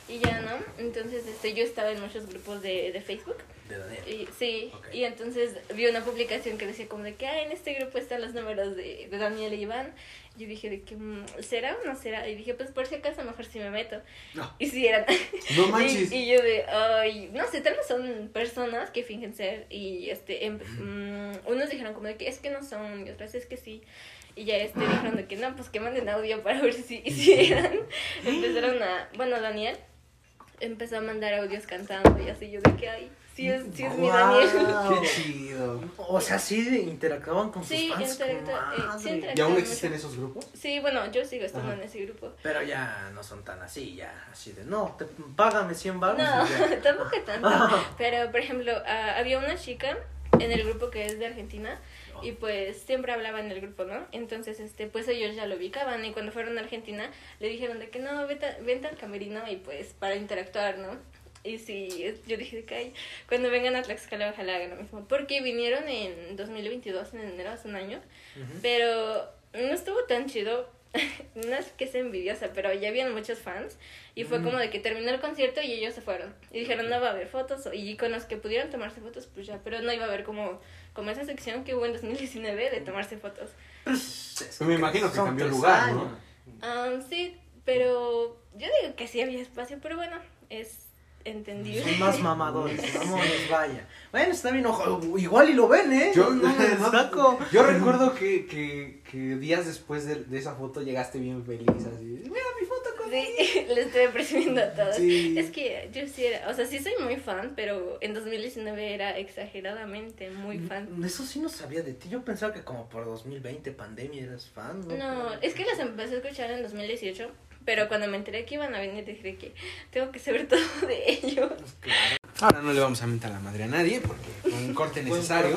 S4: Y ya, ¿no? Entonces este, yo estaba en muchos grupos de, de Facebook.
S3: De Daniel.
S4: Y, sí,
S3: Ok.
S4: y entonces vi una publicación que decía como de que "Ah, en este grupo están los números de, de Daniel e Iván. Yo dije de que "Mm, será o no será. Y dije, pues por si acaso mejor si me meto.
S3: No.
S4: Y si eran.
S2: No
S4: Y-
S2: manches.
S4: Y, yo de, ay, no sé, tal vez son personas que fingen ser y este, em- mm, unos dijeron como de que es que no son y otras es que sí. Y ya este dijeron de que no, pues que manden audio para ver si, si eran. Empezaron a, bueno, Daniel empezó a mandar audios cantando y así yo de que, ay, sí es, sí es mi Daniel.
S3: Guau.
S2: Qué chido.
S3: O sea, sí interactuaban con sus
S4: Sí,
S3: fans.
S4: interactua-
S3: con
S4: eh,
S3: madre.
S4: sí interactua-
S2: ¿Y aún existen esos grupos?
S4: Sí, bueno, yo sigo estando
S2: Ajá.
S4: en ese grupo.
S3: Pero ya no son tan así, ya así de no, te, págame 100 baros.
S4: No,
S3: y ya.
S4: tampoco tanto. Pero, por ejemplo, ah, había una chica en el grupo que es de Argentina y pues siempre hablaba en el grupo, ¿no? Entonces, este, pues ellos ya lo ubicaban y cuando fueron a Argentina le dijeron de que no, vete, a- vente al camerino y pues para interactuar, ¿no? Y sí, es- yo dije de que "Ay, cuando vengan a Tlaxcala ojalá hagan lo mismo, porque vinieron en 2022, en enero, hace un año, pero no estuvo tan chido. No es que sea envidiosa, pero ya habían muchos fans y
S3: Mm.
S4: fue como de que terminó el concierto y ellos se fueron. Y dijeron, no va a haber fotos. Y con los que pudieron tomarse fotos, pues ya, pero no iba a haber como, como esa sección que hubo en 2019 de tomarse fotos.
S2: Me imagino que
S3: Son
S2: cambió el
S3: tres
S2: lugar, ¿no?
S3: años.
S4: Ah, sí, pero yo digo que sí había espacio, pero bueno, es entendible.
S3: Son más mamadores, mamones, vaya. Bueno, está bien, ojo, igual y lo ven, ¿eh?
S2: Yo,
S3: no, me
S2: no,
S3: saco.
S2: yo recuerdo que, que, que días después de, de esa foto llegaste bien feliz, así. Mira mi foto con
S4: Sí, le estoy presumiendo a todos.
S2: Sí.
S4: Es que yo sí era, o sea, sí soy muy fan, pero en 2019 era exageradamente muy fan.
S3: Eso sí no sabía de ti. Yo pensaba que como por 2020 pandemia eras fan.
S4: No, es que las empecé a escuchar en 2018, pero cuando me enteré que iban a venir dije que tengo que saber todo de ellos.
S3: Claro.
S2: Ahora Ah, no le vamos a mentar la madre a nadie porque fue un corte
S3: Necesario.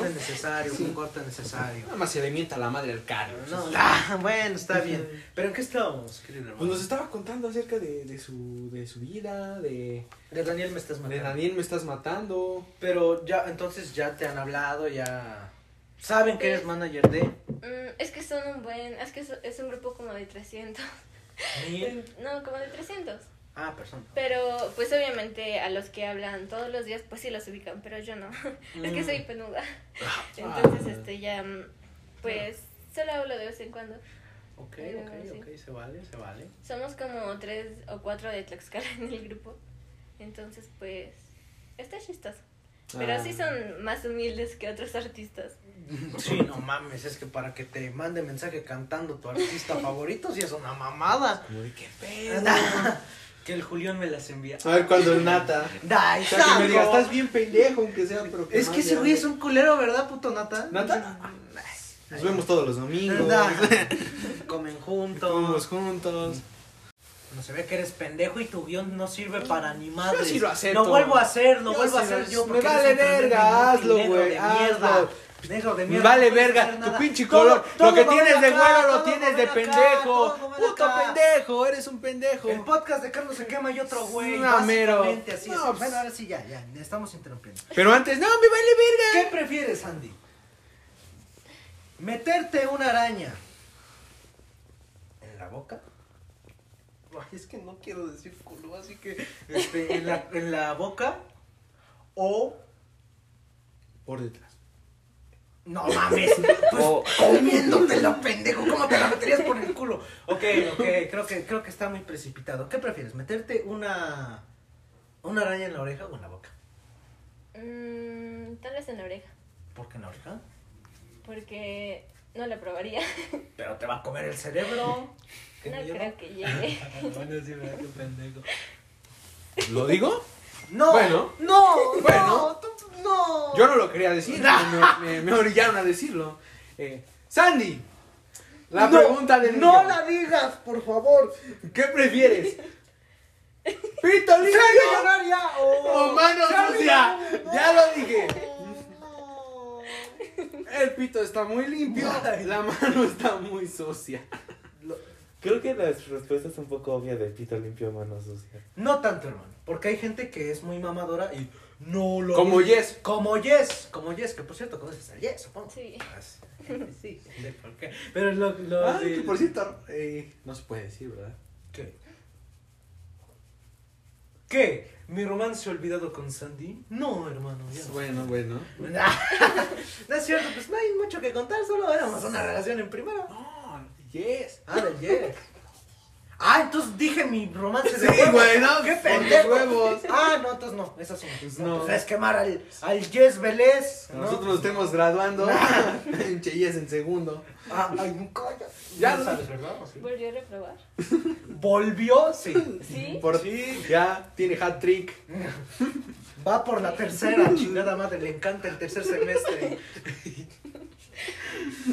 S2: necesario.
S3: Un corte necesario, un corte necesario.
S2: Nada más se le mienta la madre al carro.
S3: No, ah, bueno, está bien. ¿Pero en qué estábamos, querido
S2: Pues
S3: hermano?
S2: nos estaba contando acerca de, de su, de su vida, de,
S3: De Daniel me estás
S2: de
S3: matando.
S2: Daniel me estás matando.
S3: Pero ya, entonces ya te han hablado, ya... Saben que eres manager de...
S4: Mm, es que son un buen, es que so- es un grupo como de 300.
S3: Mil-
S4: No, como de 300.
S3: Ah, persona.
S4: Pero pues obviamente a los que hablan todos los días pues sí los ubican, pero yo no. Es que
S3: Mm.
S4: soy penuda. Entonces este ya mm, pues solo hablo de vez en cuando.
S3: Ok,
S4: Ahí
S3: ok,
S4: vemos, sí.
S3: ok, se vale, se vale.
S4: Somos como tres o cuatro de Tlaxcala en el grupo. Entonces pues está chistoso. Pero
S2: Ah.
S4: sí son más humildes que otros artistas.
S3: Sí, no mames, es que para que te mande mensaje cantando tu artista favorito, sí es una mamada.
S2: Como de, "¿Qué pedo?".
S3: que el Julián me las envía.
S2: A ver cuando el nata.
S3: Da,
S2: O sea, que me diga,
S3: exacto.
S2: estás bien pendejo, aunque sea, pero
S3: Es que
S2: más
S3: ese
S2: le
S3: güey es
S2: hago".
S3: un culero, ¿verdad, puto Nata?
S2: ¿Nata? Nos vemos todos los domingos.
S3: Da. Comen
S2: Todos
S3: juntos.
S2: juntos.
S3: No se ve que eres pendejo y tu guión no sirve para ni madres.
S2: Yo sí lo acepto.
S3: Lo vuelvo a hacer, lo
S2: Yo
S3: vuelvo a
S2: sí lo
S3: hacer yo.
S2: acepto.
S3: porque
S2: Me
S3: eres
S2: vale
S3: un tremendo
S2: verga,
S3: inútil,
S2: hazlo,
S3: negro
S2: güey,
S3: de
S2: hazlo.
S3: mierda, Negro de
S2: Me
S3: mierda.
S2: vale
S3: no puedes
S2: verga,
S3: hacer
S2: tu
S3: nada.
S2: pinche
S3: Todo-
S2: color.
S3: todo
S2: lo que
S3: va a
S2: tienes
S3: ver
S2: de
S3: acá,
S2: güero lo
S3: todo
S2: tienes de
S3: va a ver acá,
S2: pendejo.
S3: todo va a ver
S2: Puto
S3: acá.
S2: pendejo, eres un pendejo.
S3: El podcast de Carlos se quema y otro güey.
S2: No, mero.
S3: básicamente, así
S2: No,
S3: es.
S2: pues-
S3: Bueno, ahora sí, ya, ya. Estamos interrumpiendo.
S2: Pero antes, no, me vale verga.
S3: ¿Qué prefieres, Andy? ¿Meterte una araña en la boca?
S5: Ay, es que no quiero decir culo, así que.
S3: Este, en, la, en la boca. O.
S2: Por detrás.
S3: No mames. Pues
S2: O-
S3: comiéndotelo, pendejo. ¿Cómo te la meterías por el culo? Ok, ok. Creo que, creo que está muy precipitado. ¿Qué prefieres? ¿Meterte una. Una araña en la oreja o en la boca?
S4: Mm, tal vez en la oreja.
S3: ¿Por qué en la oreja?
S4: Porque no la probaría.
S3: Pero te va a comer el cerebro. ¿Qué
S4: No
S3: miedo?
S4: creo que llegue.
S3: Bueno, sí, ¿verdad? Qué pendejo.
S2: ¿Lo digo?
S3: No,
S2: Bueno.
S3: no,
S2: Bueno.
S3: no, tú- no.
S2: Yo no lo quería decir. pero Me, me- me orillaron a decirlo. Eh, Sandy, la
S3: No,
S2: pregunta de
S3: No la digas, por favor.
S2: ¿Qué prefieres? ¿Pito limpio
S3: millonaria o,
S2: o mano
S3: Ser
S2: sucia?
S3: millonario.
S2: Ya lo dije.
S3: No.
S2: El pito está muy limpio, la mano está muy sucia.
S6: Creo que la respuesta es un poco obvia de pito limpio, mano sucia.
S3: No tanto, hermano, porque hay gente que es muy mamadora y no lo
S2: Como Yes.
S3: Como Yes, como Yes, que por cierto conoces a Yes, supongo.
S4: Sí.
S3: Ah, sí. Sí, no sé por qué. Pero lo, lo
S2: Ah,
S3: del-
S2: que por cierto, eh, no se puede decir, ¿verdad?
S3: ¿Qué? ¿Qué? ¿Mi romance olvidado con Sandy? No, hermano, ya no.
S2: Bueno, bueno.
S3: no es cierto, pues no hay mucho que contar, solo éramos una relación en primera.
S2: No, yes.
S3: Ah, del Yes. Ah, entonces dije mi romance
S2: Sí,
S3: de huevos.
S2: güey, no,
S3: qué
S2: por
S3: pendejo.
S2: los huevos.
S3: Ah, no, entonces no, esa sí.
S2: Pues
S3: no.
S2: no.
S3: Pues es quemar al, al Yes Vélez. ¿no?
S2: Nosotros nos estemos graduando. Pinche yes en segundo.
S3: Ah, ay, no, calla.
S2: Ya
S3: No
S2: lo-
S3: sabes, ¿verdad? ¿O sí?
S4: ¿Volvió a reprobar?
S3: Volvió, sí.
S4: ¿Sí?
S2: Por Ya tiene hat trick.
S3: Va por la tercera, chingada madre, le encanta el tercer semestre.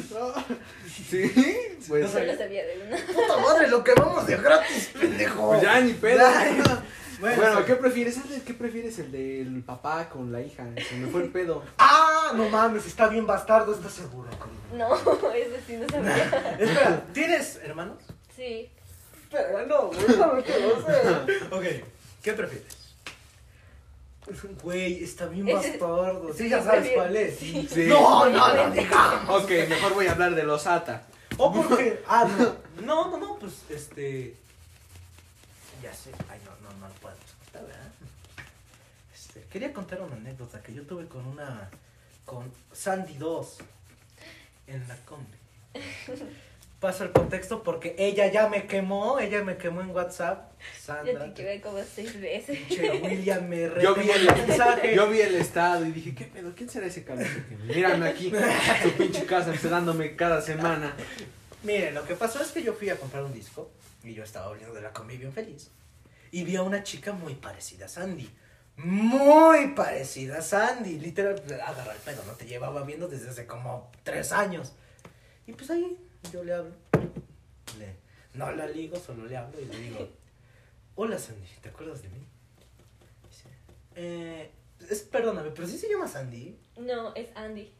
S2: Sí,
S3: No
S2: pues.
S3: sé.
S4: Solo sabía de una.
S3: Puta madre, lo que vamos de gratis, pendejo.
S2: pues ya ni pedo.
S3: Ay,
S2: Bueno,
S3: sí.
S2: ¿qué prefieres? Ándale, ¿Qué prefieres? El del papá con la hija. Se me fue el pedo.
S3: Ah, Ah, no mames, está bien bastardo, está seguro. Karina?
S4: No, eso sí no sabía.
S3: Espera, ¿tienes hermanos?
S4: Sí.
S3: Espera, no, güey, no quiero sé. Ok, ¿qué prefieres? Güey, está bien
S4: Ese-
S3: bastardo. Sí,
S4: sí,
S3: ya
S4: está
S3: sabes
S4: bien.
S3: cuál es.
S4: Sí.
S2: Sí.
S3: No, no, no,
S2: Ok, mejor voy a hablar de los ATA.
S3: O porque. Ah, no. No, no, no, pues este. Ya sé. Ay, no, no, no lo puedo contar, ¿verdad? Este, quería contar una anécdota que yo tuve con una. con Sandy 2 en la combi. Paso el contexto porque ella ya me quemó, ella me quemó en WhatsApp.
S4: Yo
S3: Sandra.
S4: te quemé como seis veces.
S3: Che, William me re
S2: Yo vi el
S3: mensaje.
S2: Yo vi el estado y dije, ¿qué pedo? ¿Quién será ese cabrón? que me- Mírame aquí, su pinche casa, pegándome cada semana.
S3: Miren, lo que pasó es que yo fui a comprar un disco y yo estaba volviendo de la combi bien feliz. Y vi a una chica muy parecida a Sandy. Muy parecida a Sandy. Literal, agarra el pedo, no te llevaba viendo desde hace como tres años. Y pues ahí yo le hablo. Le- no la ligo, solo le hablo y le digo, hola Sandy, ¿te acuerdas de mí? Dice, "Eh, es, perdóname, pero si se llama Sandy.
S4: No, es Andy.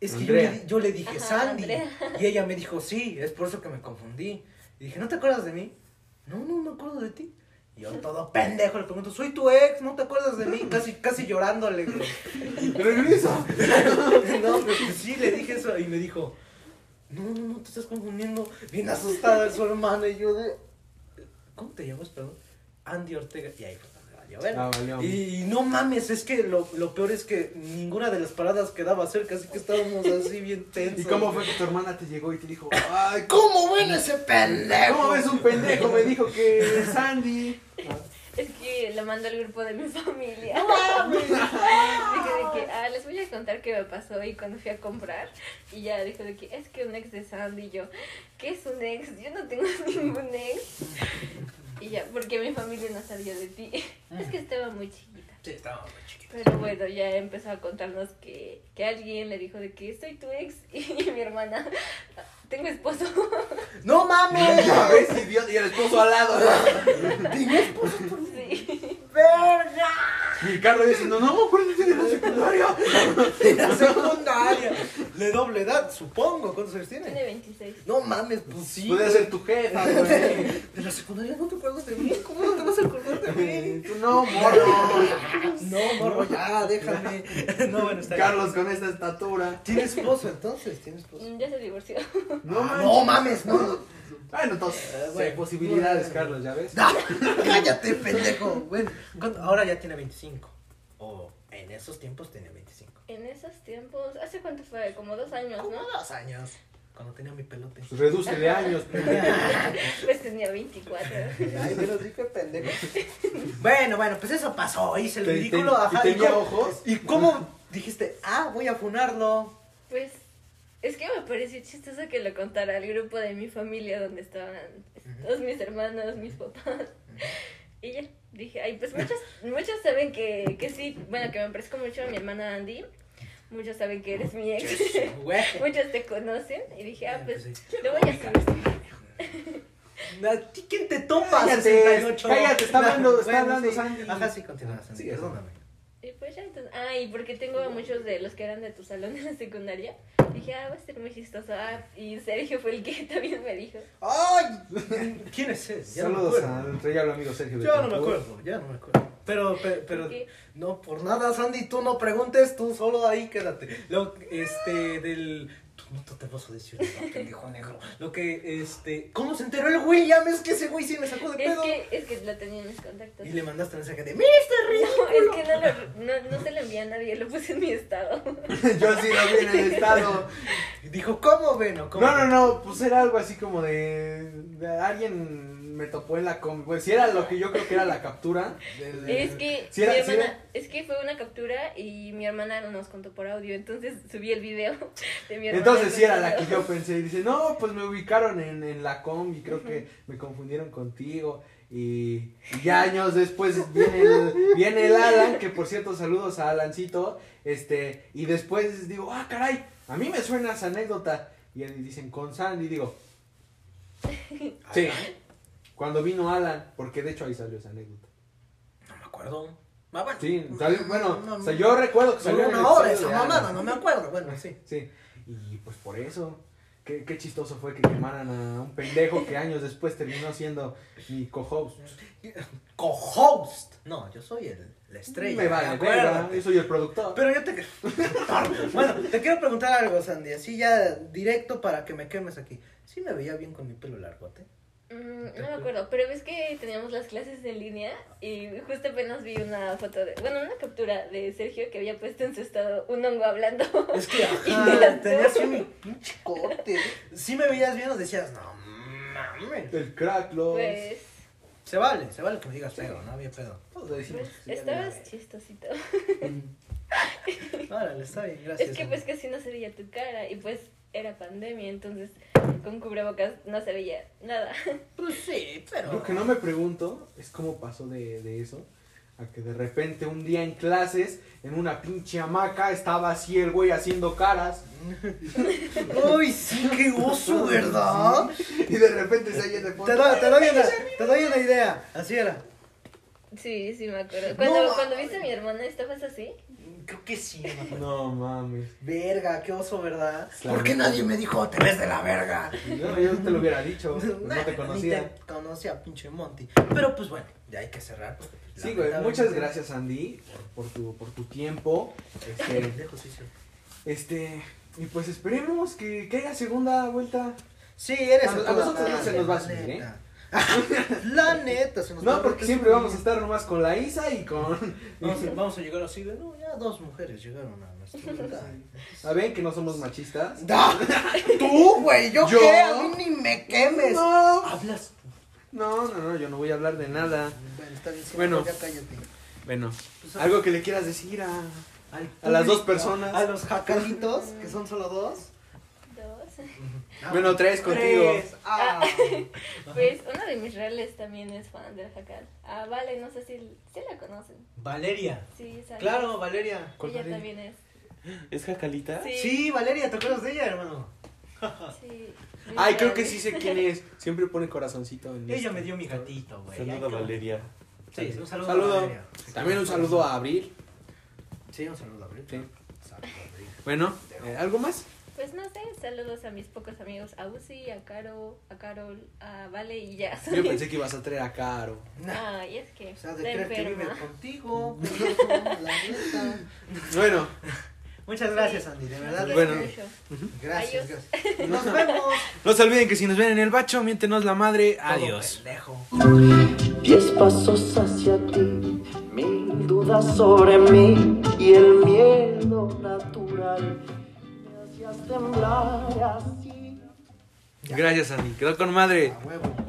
S3: Es que yo
S2: Andrea.
S3: le, di- yo le dije
S4: Ajá,
S3: Sandy.
S4: Andrea.
S3: Y ella me dijo, sí, es por eso que me confundí. Y dije, ¿no te acuerdas de mí? No, no me acuerdo de ti. Y yo todo pendejo le pregunto, soy tu ex, ¿no te acuerdas de mí? Casi, casi llorándole. güey.
S2: ¡Regreso!
S3: No, pero pues sí, le dije eso. Y me dijo, no, no, no, te estás confundiendo. Bien asustada su hermana. Y yo de, ¿cómo te llamas, perdón? Andy Ortega. Y ahí fue donde valió ver.
S2: Ah, valió.
S3: Y, y no mames, es que lo, lo peor es que ninguna de las paradas quedaba cerca, así que estábamos así bien tensos.
S2: ¿Y cómo fue que tu hermana te llegó y te dijo, ay,
S3: ¿Cómo ven ese pendejo?
S2: ¿cómo ves un pendejo? Me dijo que Sandy.
S4: Es que lo mando al grupo de mi familia. Dije de que, ah, les voy a contar qué me pasó y cuando fui a comprar. Y ya dijo de que es que un ex de Sandy y yo, ¿qué es un ex? Yo no tengo ningún ex. Y ya, porque mi familia no sabía de ti. Es que estaba muy chiquita.
S3: Sí, estábamos muy chiquitos.
S4: Pero bueno, ya empezó a contarnos que, que alguien le dijo de que soy tu ex y mi hermana, tengo esposo.
S3: ¡No mames!
S2: Ya ves, idiota, y el esposo al lado.
S4: Sí.
S3: ¡Verga!
S2: Y el Carlos diciendo, no me acuerdo de la secundaria.
S3: De la secundaria. De doble edad, supongo. ¿Cuántos años
S4: Tiene
S3: tiene?
S4: 26.
S3: No mames, pues sí.
S2: Podría ser tu jefa, güey.
S3: De la secundaria no te acuerdas de mí. ¿Cómo no te vas a acordar de mí?
S2: Tú no, morro.
S3: No, morro, ya, déjame. No, bueno, está bien.
S2: Carlos con esta estatura.
S3: ¿Tiene esposo entonces? ¿Tiene esposo?
S4: Mm, Ya se divorció.
S2: No,
S3: Ah,
S2: manches.
S3: no mames, no.
S2: Bueno, entonces,
S3: Eh,
S2: sí,
S3: bueno.
S2: posibilidades, Carlos, ¿ya ves?
S3: ¡Ah! Cállate, pendejo. Bueno, ¿cuánto? ahora ya tiene 25. O
S2: Oh.
S3: en esos tiempos tenía 25.
S4: En esos tiempos, ¿hace cuánto fue? Como dos años,
S3: Como
S4: Pues ¿no?
S3: dos años. Cuando tenía mi pelote.
S2: Pues redúcele años, pendejo.
S4: Pues tenía 24.
S3: Ay, me lo dije, pendejo. Bueno, bueno, pues eso pasó. Hice el
S2: Te-
S3: ridículo.
S2: te- y
S3: ajá, ¿Y
S2: tenía
S3: cómo,
S2: ojos.
S3: ¿Y cómo dijiste? Ah, voy a funarlo.
S4: Pues es que me pareció chistoso que lo contara al grupo de mi familia donde estaban todos mis hermanos, mis papás. Y ya, dije, ay, pues muchos, muchos saben que, que sí, bueno, que me parezco mucho a mi hermana Andy. Muchos saben que eres mi ex.
S3: Güey.
S4: muchos te conocen. Y dije, ah,
S3: Bueno,
S4: pues
S3: pues
S4: lo voy a subir.
S3: ¿A ti ¿Quién te topas?
S2: Cállate,
S3: 68.
S2: cállate, está hablando- está
S3: Bueno,
S2: hablando
S3: sí.
S2: Sandy.
S3: Ajá, sí, continúa, Sandy.
S2: Sí,
S3: perdóname.
S4: Y pues ya entonces, ah, y porque tengo a muchos de los que eran de tu salón en la secundaria. Dije, ah, va a ser muy chistoso. Ah, y Sergio fue el que también me dijo.
S3: ¡Ay! ¿Quién es ese? Ya no me
S2: Saludos
S3: acuerdo.
S2: al regalo amigo Sergio. de
S3: Yo no me
S2: Cancún.
S3: acuerdo, ya no me acuerdo. Pero, pe- pero,
S4: ¿Qué?
S3: no, por nada, Sandy, tú no preguntes, tú solo ahí quédate. Lo, este, del... Tú no te vas a decir nada, pendejo negro. Lo que, este... ¿Cómo se enteró el William? Es que ese güey sí me sacó de
S4: Es
S3: pedo.
S4: que, es que lo tenía en mis contactos.
S3: Y le mandaste un mensaje de, ¡Mira este río!
S4: No, es que no, lo- no, no se lo envié a nadie, lo puse en mi estado.
S2: Yo sí lo vi en el estado.
S3: Y dijo, ¿cómo ven o cómo
S2: No, no,
S3: ven?"
S2: no, pues era algo así como de, de alguien me topó en la combi, pues si era lo que yo creo que era la captura. del-
S4: Es que
S2: si Eh, era,
S4: mi
S2: si
S4: hermana,
S2: era-
S4: es que fue una captura y mi hermana nos contó por audio, entonces subí el video de mi hermana.
S2: entonces sí era la que
S4: contando.
S2: yo pensé y dice, no, pues me ubicaron en, en la combi, creo que me confundieron contigo. Y, y ya años después viene el, viene el Alan, que por cierto saludos a Alancito, este, y después digo, ah, caray, a mí me suena esa anécdota. Y él- dicen con Sandy, digo, sí, cuando vino Alan, porque de hecho ahí salió esa anécdota.
S3: No me acuerdo. Mamá,
S2: Sí, salió- bueno,
S3: no, no,
S2: o sea, yo recuerdo que salió
S3: Salió
S2: en el
S3: una hora
S2: episodio
S3: esa
S2: de Ana.
S3: mamada, no me acuerdo. Bueno, Pues sí.
S2: Sí, y pues por eso, qué, qué chistoso fue que quemaran a un pendejo que años después terminó siendo mi co-host.
S3: Co-host. No, yo soy el, la estrella.
S2: Me vale, verga,
S3: acuérdate.
S2: yo soy el productor.
S3: Pero yo te. bueno, te quiero preguntar algo, Sandy. Así ya directo para que me quemes aquí. ¿Sí me veía bien con mi pelo largote?
S4: Mm, no me acuerdo, pero ves que teníamos las clases en línea y justo apenas vi una foto de, bueno, una captura de Sergio que había puesto en su estado un hongo hablando.
S3: Es que
S4: mira
S3: ajá,
S4: tú.
S3: tenía así mi pinche cote. Sí me veías bien, nos decías, no mames.
S2: El crack, los...
S4: Pues,
S3: Se vale, se vale que me digas pedo, no había pedo.
S2: Todos le decimos
S4: pues,
S2: que sí,
S4: estabas
S2: ya,
S4: chistosito.
S3: Órale, está bien,
S2: Ah,
S3: gracias.
S4: Es que pues casi no se veía tu cara y pues era pandemia, entonces con cubrebocas no se veía nada.
S3: Pues sí,
S2: ya.
S3: pero.
S2: Lo que no me pregunto es cómo pasó de, de eso a que de repente un día en clases, en una pinche hamaca, estaba así el güey haciendo caras
S3: Uy, sí, qué oso, ¿verdad?
S2: y de repente se llena de
S3: Te,
S2: fondo.
S3: doy- te doy una, te doy una idea. Así era.
S4: Sí, sí me acuerdo.
S3: No
S4: Cuando,
S3: mames.
S4: cuando viste a mi hermana, ¿estabas así?
S3: Creo que sí, me acuerdo.
S2: No mames.
S3: Verga, qué oso, ¿verdad?
S2: Claro.
S3: ¿Por qué nadie me dijo, te ves de la verga?
S2: Yo, yo te lo hubiera dicho, pues no
S3: Nah,
S2: te conocía.
S3: Ni te conocía, pinche Monty. Pero pues bueno, ya hay que cerrar. porque, pues,
S2: Sí, güey,
S3: lamentablemente-
S2: muchas gracias, Andy, por, por tu, por tu tiempo. Este,
S3: Pendejo, sí, sí.
S2: este, y pues esperemos que, que haya segunda vuelta.
S3: Sí, eres
S2: A-
S3: el
S2: a nosotros
S3: todo.
S2: no se nos va a
S3: La
S2: subir, ¿eh?
S3: neta. Ah, La neta, se nos va
S2: No,
S3: a
S2: porque siempre vamos a estar nomás con la Isa y con...
S3: Vamos a, vamos a llegar así de, no, ya dos mujeres llegaron a nuestro lugar.
S2: A ver, que no somos machistas.
S3: Da. Tú, güey, ¿yo,
S2: ¿Yo?
S3: qué, a mí ni me quemes.
S2: No,
S3: Hablas.
S2: no, no, no, yo no voy a hablar de nada.
S3: Bueno, está bien, sí,
S2: Bueno.
S3: ya cállate.
S2: Bueno,
S3: Pues,
S2: algo que le quieras decir a...
S3: al
S2: a las dos
S3: público,
S2: personas.
S3: A los jacalitos, que son solo dos.
S4: Dos.
S2: Ah, Bueno, tres contigo.
S3: Tres. Ah.
S4: Pues uno de mis reales también es fan del jacal. Ah, vale, no sé si, si la conocen.
S3: Valeria.
S4: Sí, esa-
S3: Claro, Valeria.
S2: ¿Cuál
S4: Ella
S2: Valeria?
S4: también es.
S6: ¿Es jacalita?
S4: Sí.
S3: Sí, Valeria, ¿te acuerdas de ella, hermano?
S4: Sí.
S2: Ay, creo que sí sé quién es. Siempre pone corazoncito en este.
S3: Ella
S2: esto.
S3: me dio mi gatito, güey. Ay,
S6: Saluda
S3: qué-
S6: Valeria.
S3: Sí, un saludo,
S2: Saludo.
S3: a Valeria.
S2: También un saludo a Abril.
S3: Sí, un saludo a Valeria.
S2: Sí.
S3: Saludo a Valeria.
S2: Bueno, eh, ¿algo más?
S4: Pues no sé, saludos a mis pocos amigos, a Uzi, a Caro, a Carol, a Vale y ya.
S2: Yo pensé que ibas a traer a Caro.
S3: Nah,
S4: Ay, es que
S3: O sea, de
S4: está
S3: creer que
S4: enferma.
S3: vive contigo. la neta.
S2: Bueno,
S3: Muchas gracias, Andy, de verdad.
S4: Los
S2: Pues Bueno.
S4: escucho.
S3: Gracias,
S4: Adiós.
S3: gracias. Nos vemos.
S2: no se olviden que si nos ven en el bacho, miéntenos la madre. Adiós.
S3: Todo pendejo.
S1: Diez pasos hacia ti, mil dudas sobre mí y el miedo natural me hacías temblar así.
S2: Gracias, Andy. Quedó con madre.
S3: A huevo.